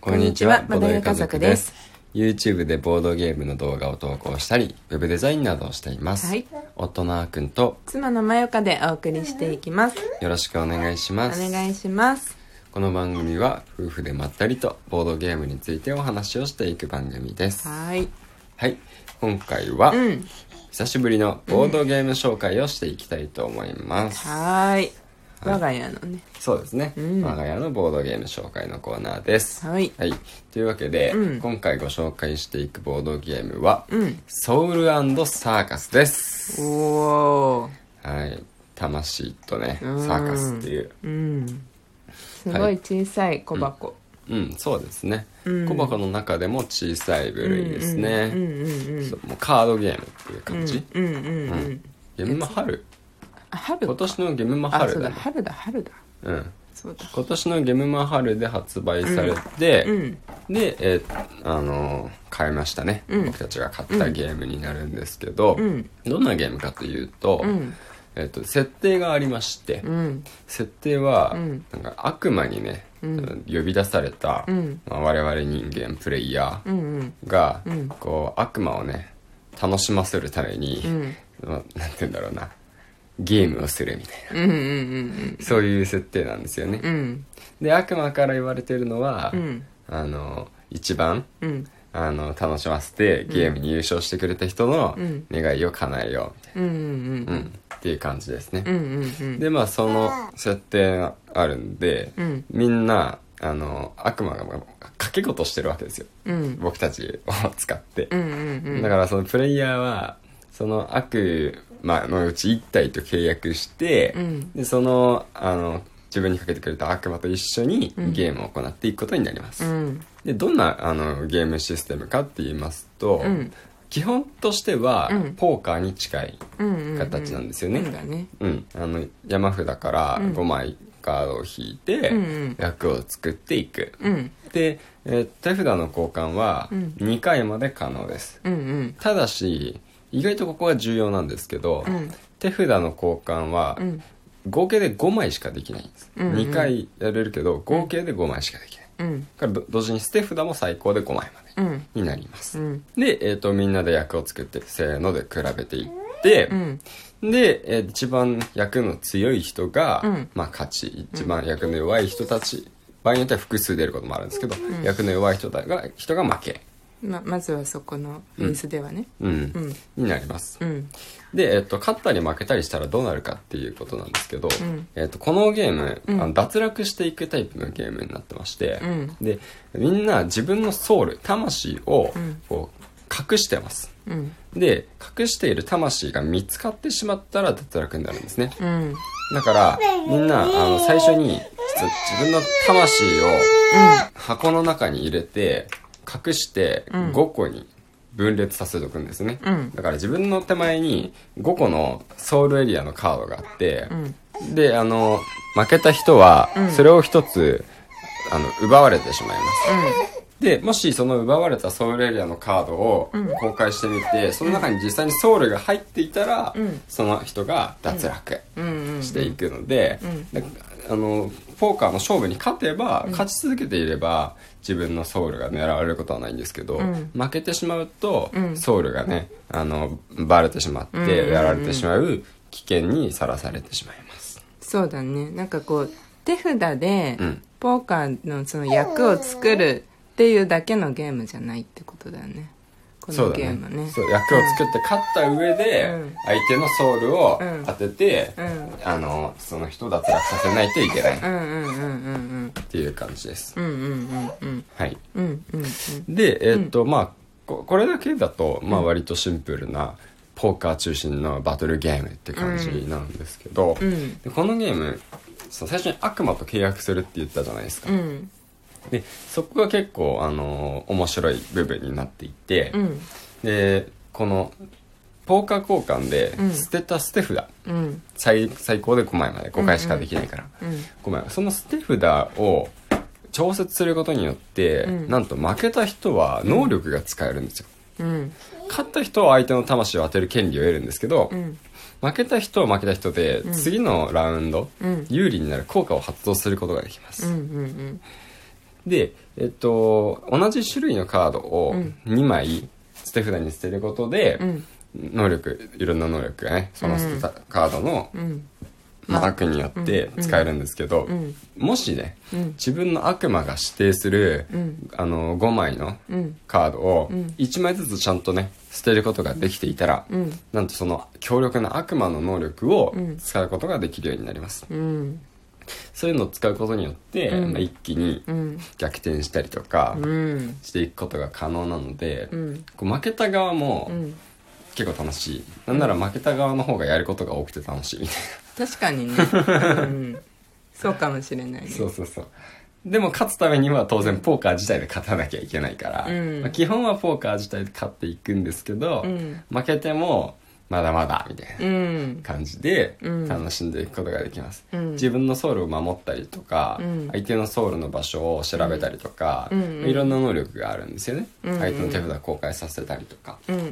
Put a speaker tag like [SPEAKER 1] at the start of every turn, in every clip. [SPEAKER 1] こんにちは、
[SPEAKER 2] こんにちは
[SPEAKER 1] ボドゲ家族です。
[SPEAKER 2] YouTube でボードゲームの動画を投稿したり、ウェブデザインなどをしています。
[SPEAKER 1] はい
[SPEAKER 2] 夫のあーくんと
[SPEAKER 1] 妻のまよかでお送りしていきます。
[SPEAKER 2] よろしくお願いし
[SPEAKER 1] お
[SPEAKER 2] ます。
[SPEAKER 1] 願いします。
[SPEAKER 2] この番組は夫婦でまったりとボードゲームについてお話をしていく番組です。は
[SPEAKER 1] はい。
[SPEAKER 2] い。今回は、
[SPEAKER 1] うん。
[SPEAKER 2] 久しぶりのボードゲーム紹介をしていきたいと思います。
[SPEAKER 1] はーい。我が家のね。
[SPEAKER 2] そうですね、
[SPEAKER 1] うん
[SPEAKER 2] 我が家のボードゲーム紹介のコーナーです。
[SPEAKER 1] はい
[SPEAKER 2] というわけで、
[SPEAKER 1] うん
[SPEAKER 2] 今回ご紹介していくボードゲームは、
[SPEAKER 1] うん。
[SPEAKER 2] ソウルサーカスです。
[SPEAKER 1] おー。
[SPEAKER 2] はい。魂とね、サ
[SPEAKER 1] うん
[SPEAKER 2] ーカスっていう。
[SPEAKER 1] うん。すご
[SPEAKER 2] はいい
[SPEAKER 1] 小さい小箱。
[SPEAKER 2] うん、そうですね。
[SPEAKER 1] うん
[SPEAKER 2] 小箱の中でも小さい部類です
[SPEAKER 1] うん
[SPEAKER 2] ね。
[SPEAKER 1] うんうん。
[SPEAKER 2] そうもうカードゲームっていう感じ。
[SPEAKER 1] うんうんうんうん。
[SPEAKER 2] ゲムマ春
[SPEAKER 1] あ、春
[SPEAKER 2] 今年のゲムマ
[SPEAKER 1] あ、そ
[SPEAKER 2] 春
[SPEAKER 1] うだ、
[SPEAKER 2] だね。
[SPEAKER 1] 春だ、春だ。
[SPEAKER 2] うん。
[SPEAKER 1] そうだ。
[SPEAKER 2] 今年のゲムマ春で発売されて、
[SPEAKER 1] うん。
[SPEAKER 2] で、えーあのー買いましたね、
[SPEAKER 1] うん
[SPEAKER 2] 僕たちが買ったゲームになるんですけど、
[SPEAKER 1] うん
[SPEAKER 2] どんなゲームかというと,、
[SPEAKER 1] うん
[SPEAKER 2] えー、と設定がありまして、
[SPEAKER 1] うん。
[SPEAKER 2] 設定は、
[SPEAKER 1] うん
[SPEAKER 2] なんか悪魔にね、
[SPEAKER 1] ん
[SPEAKER 2] 呼び出された、
[SPEAKER 1] うん
[SPEAKER 2] まあ、我々人間プレイヤ
[SPEAKER 1] うんうん。
[SPEAKER 2] ーが、
[SPEAKER 1] うん
[SPEAKER 2] こう悪魔をね楽しませるために、
[SPEAKER 1] うん
[SPEAKER 2] まあなんて言うんだろうなゲームをするみたい
[SPEAKER 1] うんうんうん
[SPEAKER 2] なそういう設定なんですよね、
[SPEAKER 1] うん。うん。
[SPEAKER 2] で悪魔から言われてるのは、
[SPEAKER 1] うん
[SPEAKER 2] あの一番
[SPEAKER 1] うん。
[SPEAKER 2] あの楽しませてゲームに優勝してくれた人の
[SPEAKER 1] うん
[SPEAKER 2] 願いを叶えようみたい
[SPEAKER 1] うんうん
[SPEAKER 2] な、うんっていう感じですね、
[SPEAKER 1] うん。うんうんうん。
[SPEAKER 2] でまあその設定があるんで、
[SPEAKER 1] うん
[SPEAKER 2] みんなあの悪魔が賭け事してるわけですよ
[SPEAKER 1] うん。
[SPEAKER 2] 僕たちを使って
[SPEAKER 1] う、んうんうん。
[SPEAKER 2] だからそのプレイヤーはその悪魔のうち1体と契約して、
[SPEAKER 1] うん
[SPEAKER 2] でそのあの自分にかけてくれた悪魔と一緒にゲームを行っていくことになります、
[SPEAKER 1] うん
[SPEAKER 2] でどんなあのゲームシステムかって言いますと、
[SPEAKER 1] うん
[SPEAKER 2] 基本としては、
[SPEAKER 1] うん
[SPEAKER 2] ポーカーに近い
[SPEAKER 1] うんうんうん
[SPEAKER 2] 形なんですよね。
[SPEAKER 1] そうだね
[SPEAKER 2] うん、あの山札から
[SPEAKER 1] うん
[SPEAKER 2] 5枚カードを引いて、
[SPEAKER 1] うんうん
[SPEAKER 2] 役を作っていく、
[SPEAKER 1] うん
[SPEAKER 2] で、えー手札の交換は
[SPEAKER 1] うん
[SPEAKER 2] 2回まで可能です、
[SPEAKER 1] うんうん
[SPEAKER 2] ただし意外とここが重要なんですけど、
[SPEAKER 1] うん
[SPEAKER 2] 手札の交換は
[SPEAKER 1] うん
[SPEAKER 2] 合計で5枚しかできないんです、
[SPEAKER 1] うんうん
[SPEAKER 2] 2回やれるけど合計で5枚しかできない
[SPEAKER 1] うん
[SPEAKER 2] だからど同時に捨て札も最高で5枚まで
[SPEAKER 1] うん
[SPEAKER 2] になります、
[SPEAKER 1] うん
[SPEAKER 2] で、えー、とみんなで役を作ってせーので比べていって
[SPEAKER 1] う、ん
[SPEAKER 2] で、えー一番役の強い人が、
[SPEAKER 1] うん
[SPEAKER 2] まあ、勝ち一番役の弱い人たち、場合によっては複数出ることもあるんですけど、役の弱い人だが人が負け、
[SPEAKER 1] ままずはそこのフェースではね
[SPEAKER 2] うん
[SPEAKER 1] うん
[SPEAKER 2] になります
[SPEAKER 1] うん
[SPEAKER 2] で、えー、と勝ったり負けたりしたらどうなるかっていうことなんですけど、
[SPEAKER 1] ん
[SPEAKER 2] えー、とこのゲーム、
[SPEAKER 1] ん
[SPEAKER 2] あの脱落していくタイプのゲームになってまして、
[SPEAKER 1] うん
[SPEAKER 2] でみんな自分のソウル魂を
[SPEAKER 1] うん
[SPEAKER 2] こう隠してます、
[SPEAKER 1] うん
[SPEAKER 2] で隠している魂が見つかってしまったら脱落になるんですね
[SPEAKER 1] うん
[SPEAKER 2] だからみんなあの最初にちょっと自分の魂を箱の中に入れて隠して
[SPEAKER 1] ん
[SPEAKER 2] 5個に分裂させておくんですね、
[SPEAKER 1] うん
[SPEAKER 2] だから自分の手前に5個のソウルエリアのカードがあって
[SPEAKER 1] う、ん
[SPEAKER 2] であの負けた人は
[SPEAKER 1] ん
[SPEAKER 2] それを1つ、あの奪われてしまいます、でもしその奪われたソウルエリアのカードを公開してみて、その中に実際にソウルが入っていたら、
[SPEAKER 1] ん
[SPEAKER 2] その人が脱落
[SPEAKER 1] うん
[SPEAKER 2] していくので、であのポーカーの勝負に勝てば、勝ち続けていれば自分のソウルが狙われることはないんですけど、
[SPEAKER 1] ん
[SPEAKER 2] 負けてしまうと、ソウルがねあのバレてしまって、やられてしまう危険にさらされてしまいます。
[SPEAKER 1] そうだねなんかこう手札で
[SPEAKER 2] うん
[SPEAKER 1] ポーカーのその役を作るっていうだけのゲームじゃないってことだよねこ
[SPEAKER 2] そ
[SPEAKER 1] の
[SPEAKER 2] うだ
[SPEAKER 1] ゲームね
[SPEAKER 2] そう役を作って勝った上で、
[SPEAKER 1] うん
[SPEAKER 2] 相手のソウルを
[SPEAKER 1] うん
[SPEAKER 2] 当てて、
[SPEAKER 1] うん
[SPEAKER 2] あのその人を脱落させないといけないっ
[SPEAKER 1] うんうんうんうん
[SPEAKER 2] ていう感じです、
[SPEAKER 1] うんうんうんうん
[SPEAKER 2] はい
[SPEAKER 1] うんうん
[SPEAKER 2] でえっと、まあここれだけだと、まあ、割とシンプルなポーカー中心のバトルゲームって感じなんですけど、
[SPEAKER 1] うん
[SPEAKER 2] でこのゲームその最初に悪魔と契約するって言ったじゃないですか、
[SPEAKER 1] うん
[SPEAKER 2] でそこが結構、あの面白い部分になっていて、
[SPEAKER 1] うん
[SPEAKER 2] でこのポーカー交換で
[SPEAKER 1] ん
[SPEAKER 2] 捨てた捨て札、
[SPEAKER 1] うん
[SPEAKER 2] 最最高で5枚まで5回しかできないから、
[SPEAKER 1] うんうん
[SPEAKER 2] ごめんその捨て札を調節することによって、
[SPEAKER 1] うん
[SPEAKER 2] なんと負けた人は能力が使えるんですよ、
[SPEAKER 1] うん
[SPEAKER 2] 勝った人は相手の魂を当てる権利を得るんですけど、
[SPEAKER 1] うん
[SPEAKER 2] 負けた人は負けた人で、次のラウンド、
[SPEAKER 1] うん
[SPEAKER 2] 有利になる効果を発動することができま
[SPEAKER 1] う
[SPEAKER 2] す、
[SPEAKER 1] ん
[SPEAKER 2] っ
[SPEAKER 1] うん
[SPEAKER 2] で、えっと、同じ種類のカードを2枚捨て札に捨てることで、
[SPEAKER 1] ん
[SPEAKER 2] 能力いろんな能力がねその捨てたカードの
[SPEAKER 1] うん
[SPEAKER 2] まあ悪によって使えるんですけど、
[SPEAKER 1] ん
[SPEAKER 2] もしね、
[SPEAKER 1] うん
[SPEAKER 2] 自分の悪魔が指定する、
[SPEAKER 1] ん
[SPEAKER 2] あの5枚の
[SPEAKER 1] うん
[SPEAKER 2] カードを
[SPEAKER 1] ん
[SPEAKER 2] 1枚ずつちゃんとね捨てることができていたら、
[SPEAKER 1] うん
[SPEAKER 2] なんとその強力な悪魔の能力を
[SPEAKER 1] うん
[SPEAKER 2] 使うことができるようになります、
[SPEAKER 1] うん
[SPEAKER 2] そういうのを使うことによって、
[SPEAKER 1] うん
[SPEAKER 2] まあ、一気に
[SPEAKER 1] うん
[SPEAKER 2] 逆転したりとか
[SPEAKER 1] うん
[SPEAKER 2] していくことが可能なので、
[SPEAKER 1] うん
[SPEAKER 2] こう負けた側も
[SPEAKER 1] うん
[SPEAKER 2] 結構楽しい、なんなら負けた側の方がやることが多くて楽しいみたいな
[SPEAKER 1] 確かにね、うん、そうかもしれないね
[SPEAKER 2] そうそうそう。でも勝つためには当然ポーカー自体で勝たなきゃいけないから、
[SPEAKER 1] うん
[SPEAKER 2] まあ基本はポーカー自体で勝っていくんですけど、
[SPEAKER 1] うん
[SPEAKER 2] 負けてもまだまだみたいな
[SPEAKER 1] うん
[SPEAKER 2] 感じで
[SPEAKER 1] うん
[SPEAKER 2] 楽しんでいくことができます、
[SPEAKER 1] うん
[SPEAKER 2] 自分のソウルを守ったりとか、
[SPEAKER 1] うん
[SPEAKER 2] 相手のソウルの場所を調べたりとか、
[SPEAKER 1] うんうん
[SPEAKER 2] まあいろんな能力があるんですよね、
[SPEAKER 1] うんうん
[SPEAKER 2] 相手の手札を公開させたりとか、
[SPEAKER 1] うんうん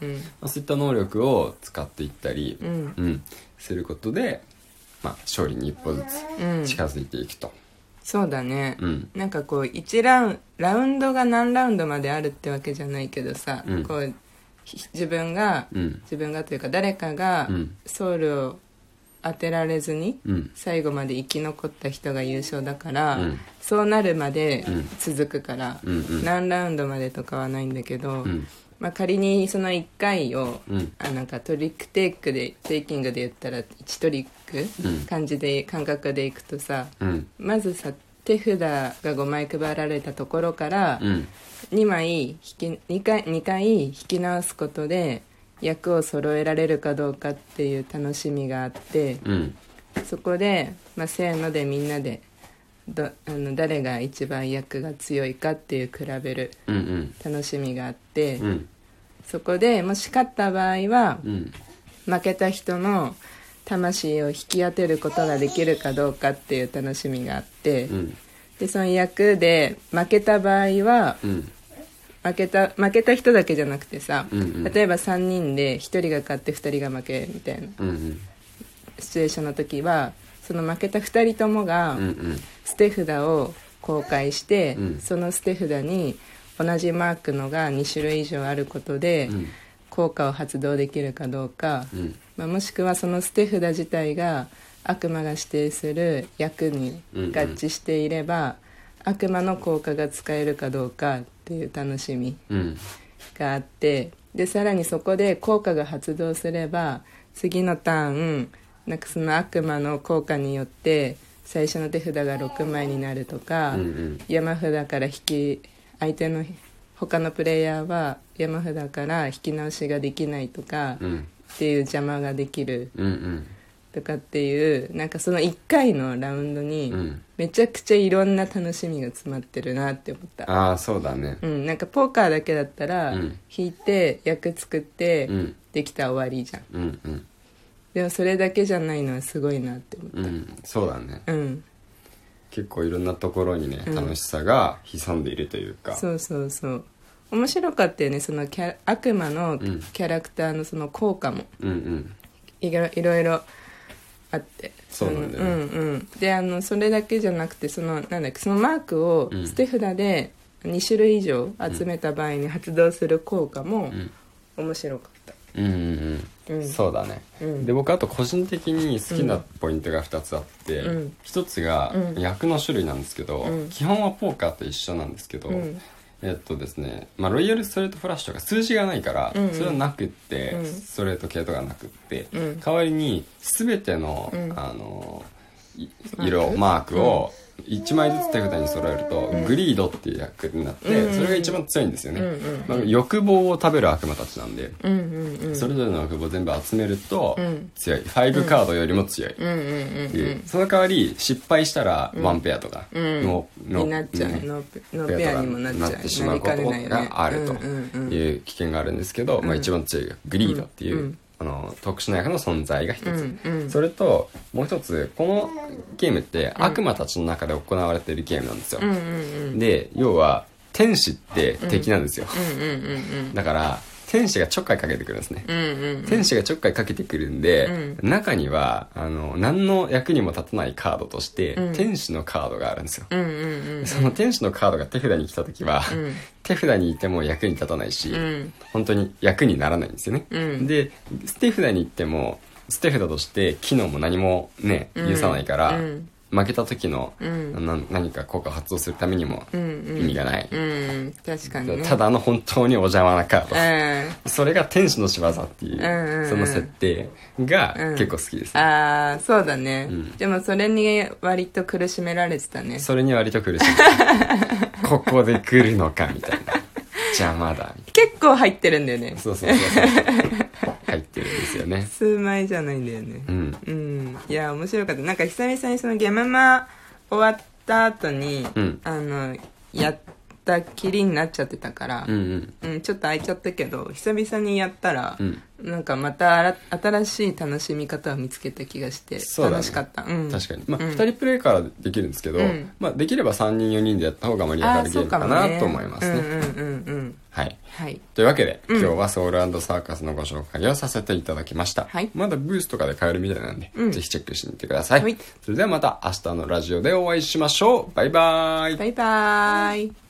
[SPEAKER 1] うん
[SPEAKER 2] まあそういった能力を使っていったり、
[SPEAKER 1] うん
[SPEAKER 2] うんすることで、まあ、勝利に一歩ず
[SPEAKER 1] うんうん
[SPEAKER 2] つ近づいていくと。
[SPEAKER 1] そうだね、
[SPEAKER 2] うん
[SPEAKER 1] なんかこう1ラウンラウンドが何ラウンドまであるってわけじゃないけどさ、
[SPEAKER 2] うん
[SPEAKER 1] こうひ自分が、
[SPEAKER 2] うん
[SPEAKER 1] 自分がというか誰かが
[SPEAKER 2] うん
[SPEAKER 1] ソウルを当てられずに、
[SPEAKER 2] うん
[SPEAKER 1] 最後まで生き残った人が優勝だから、
[SPEAKER 2] うん
[SPEAKER 1] そうなるまで
[SPEAKER 2] うん
[SPEAKER 1] 続くから、
[SPEAKER 2] うんうん
[SPEAKER 1] 何ラウンドまでとかはないんだけど、
[SPEAKER 2] うん
[SPEAKER 1] まあ、仮にその1回を、
[SPEAKER 2] うん
[SPEAKER 1] あなんかトリックテイクでテイキングで言ったら1トリッ
[SPEAKER 2] うん
[SPEAKER 1] ク感じで、感覚でいくとさ、
[SPEAKER 2] うん
[SPEAKER 1] まずさ手札が5枚配られたところから
[SPEAKER 2] うん
[SPEAKER 1] 2枚引き2回2回引き直すことで役を揃えられるかどうかっていう楽しみがあって
[SPEAKER 2] うん
[SPEAKER 1] そこで、まあ、せーのでみんなでどあの誰が一番役が強いかっていう比べる
[SPEAKER 2] うんうん
[SPEAKER 1] 楽しみがあって
[SPEAKER 2] うん
[SPEAKER 1] そこでもし勝った場合は
[SPEAKER 2] うん
[SPEAKER 1] 負けた人の魂を引き当てることができるかどうかっていう楽しみがあって。
[SPEAKER 2] うん
[SPEAKER 1] でその役で負けた場合は
[SPEAKER 2] うん
[SPEAKER 1] 負けた負けた人だけじゃなくてさ、
[SPEAKER 2] うんうん
[SPEAKER 1] 例えば3人で1人が勝って2人が負けみたいな
[SPEAKER 2] うんうん
[SPEAKER 1] シチュエーションの時はその負けた2人ともが
[SPEAKER 2] うんうん
[SPEAKER 1] 捨て札を公開して、
[SPEAKER 2] うん
[SPEAKER 1] その捨て札に同じマークのが2種類以上あることで、
[SPEAKER 2] うん
[SPEAKER 1] 効果を発動できるかどうか、
[SPEAKER 2] うん
[SPEAKER 1] まあ、もしくはその捨て札自体が悪魔が指定する役に合致していれば、悪魔の効果が使えるかどうかっていう楽しみ
[SPEAKER 2] うん
[SPEAKER 1] があってでさらにそこで効果が発動すれば次のターンなんかその悪魔の効果によって最初の手札が6枚になると
[SPEAKER 2] う
[SPEAKER 1] か、
[SPEAKER 2] んうん
[SPEAKER 1] 山札から引き相手の他のプレイヤーは山札から引き直しができないとか、
[SPEAKER 2] うん
[SPEAKER 1] っていう邪魔ができる
[SPEAKER 2] うんうん
[SPEAKER 1] とかっていうなんかその1回のラウンドに
[SPEAKER 2] うん
[SPEAKER 1] めちゃくちゃいろんな楽しみが詰まってるなって思った、
[SPEAKER 2] ああそうだね
[SPEAKER 1] うん、なんかポーカーだけだったら
[SPEAKER 2] うん
[SPEAKER 1] 引いて役作って
[SPEAKER 2] うん
[SPEAKER 1] できた終わりじゃん
[SPEAKER 2] うんうん
[SPEAKER 1] でもそれだけじゃないのはすごいなって思
[SPEAKER 2] う
[SPEAKER 1] っ
[SPEAKER 2] んそうだね
[SPEAKER 1] たうん
[SPEAKER 2] 結構いろんなところにね
[SPEAKER 1] ん
[SPEAKER 2] 楽しさが潜んでいるというか
[SPEAKER 1] そうそうそう面白かったよねそのキャ悪魔の
[SPEAKER 2] ん
[SPEAKER 1] キャラクターのその効果も
[SPEAKER 2] うんうん
[SPEAKER 1] いろいろいろあって
[SPEAKER 2] そうなんだよね
[SPEAKER 1] あのうんうんであのそれだけじゃなくてそのなんだっけそのマークを
[SPEAKER 2] うん
[SPEAKER 1] 捨て札で2種類以上集めた場合に発動する効果も
[SPEAKER 2] ん
[SPEAKER 1] 面白かった
[SPEAKER 2] うんうんう
[SPEAKER 1] うんん
[SPEAKER 2] そうだね
[SPEAKER 1] うん
[SPEAKER 2] で僕あと個人的に好きなポイントが2つあって
[SPEAKER 1] うん
[SPEAKER 2] 1つが
[SPEAKER 1] うん
[SPEAKER 2] 役の種類なんですけど
[SPEAKER 1] うん
[SPEAKER 2] 基本はポーカーと一緒なんですけど
[SPEAKER 1] うん
[SPEAKER 2] えっとですね、まあ、ロイヤルストレートフラッシュとか数字がないから、
[SPEAKER 1] うんうん
[SPEAKER 2] それはなくって、
[SPEAKER 1] うん
[SPEAKER 2] ストレート系とかなくって、
[SPEAKER 1] うん
[SPEAKER 2] 代わりに全ての、
[SPEAKER 1] うん
[SPEAKER 2] あのい色マークを1枚ずつ手札に揃えると、グリードっていう役になって、
[SPEAKER 1] うん
[SPEAKER 2] それが一番強いんですよね、
[SPEAKER 1] うんうん
[SPEAKER 2] まあ欲望を食べる悪魔たちなんで、
[SPEAKER 1] うんうんうん
[SPEAKER 2] それぞれの欲望全部集めると
[SPEAKER 1] うん
[SPEAKER 2] 強い、5カードよりも強い、
[SPEAKER 1] うんうんうんうん
[SPEAKER 2] その代わり失敗したらワンペアとか、
[SPEAKER 1] うん
[SPEAKER 2] ノーノー
[SPEAKER 1] になっちゃう
[SPEAKER 2] ね
[SPEAKER 1] ノーペノーペアにもなっちゃう
[SPEAKER 2] なってしまうこ
[SPEAKER 1] なり
[SPEAKER 2] と
[SPEAKER 1] かねないよね
[SPEAKER 2] があると
[SPEAKER 1] うんうんうん
[SPEAKER 2] いう危険があるんですけど、まあ、一番強いグリードっていう、
[SPEAKER 1] うん
[SPEAKER 2] あの特殊な役の存在が一つ、
[SPEAKER 1] うんうん
[SPEAKER 2] それともう一つこのゲームって悪魔たちの中で行われているゲームなんですよ、
[SPEAKER 1] うんうんうん
[SPEAKER 2] で要は天使って敵なんですよ、
[SPEAKER 1] うんうんうん
[SPEAKER 2] だから天使がちょっかいかけてくるんですね、
[SPEAKER 1] うんうん
[SPEAKER 2] 天使がちょっかいかけてくるんで、中にはあの何の役にも立たないカードとして、天使のカードがあるんですよ、
[SPEAKER 1] うんうん
[SPEAKER 2] その天使のカードが手札に来た時は、手札にいても役に立たないし、
[SPEAKER 1] ん
[SPEAKER 2] 本当に役にならないんですよね、
[SPEAKER 1] うん
[SPEAKER 2] で手札に行っても手札として機能も何もね許さないから、
[SPEAKER 1] うん
[SPEAKER 2] 負けた時の、
[SPEAKER 1] ん
[SPEAKER 2] な何か効果を発動するためにも意
[SPEAKER 1] うん
[SPEAKER 2] 味がない、
[SPEAKER 1] うんうん確かにね
[SPEAKER 2] ただの本当にお邪魔なカード、
[SPEAKER 1] うん
[SPEAKER 2] それが天使の仕業っていう,、
[SPEAKER 1] うんうんうん
[SPEAKER 2] その設定が
[SPEAKER 1] うん
[SPEAKER 2] 結構好きです、ね
[SPEAKER 1] ああそうだね、
[SPEAKER 2] ん
[SPEAKER 1] でもそれに割と苦しめられてたね
[SPEAKER 2] それに割と 苦しいここで来るのかみたいな邪魔だみたい
[SPEAKER 1] 結構入ってるんだよね
[SPEAKER 2] なそうそうそうそう入ってるんですよね
[SPEAKER 1] 数枚じゃないんだよね
[SPEAKER 2] うん
[SPEAKER 1] うんいや面白かったなんか久々にそのゲママ終わった後に、
[SPEAKER 2] うん
[SPEAKER 1] あのやったきりになっちゃってたから
[SPEAKER 2] う、んうん
[SPEAKER 1] うんちょっと空いちゃったけど久々にやったら、
[SPEAKER 2] うん
[SPEAKER 1] なんかまたあら新しい楽しみ方を見つけた気がして
[SPEAKER 2] そうだね
[SPEAKER 1] 楽しかった、うん、
[SPEAKER 2] 確かにまあ、
[SPEAKER 1] うん
[SPEAKER 2] 2人プレイからできるんですけど、
[SPEAKER 1] うん
[SPEAKER 2] まあ、できれば3人4人でやった方が盛り上
[SPEAKER 1] あ
[SPEAKER 2] が
[SPEAKER 1] ー
[SPEAKER 2] るゲ
[SPEAKER 1] そ
[SPEAKER 2] ー
[SPEAKER 1] う
[SPEAKER 2] ム
[SPEAKER 1] か
[SPEAKER 2] か
[SPEAKER 1] も
[SPEAKER 2] なと思いますね
[SPEAKER 1] うんうんうんうん
[SPEAKER 2] はい
[SPEAKER 1] はい
[SPEAKER 2] というわけで、今日はソウルサーカスのご紹介をさせていただきました、
[SPEAKER 1] はい
[SPEAKER 2] まだブースとかで買えるみたいなんで、
[SPEAKER 1] うん
[SPEAKER 2] ぜひチェックしてみてください、
[SPEAKER 1] はい
[SPEAKER 2] それではまた明日のラジオでお会いしましょうバイバイ
[SPEAKER 1] バイバーイ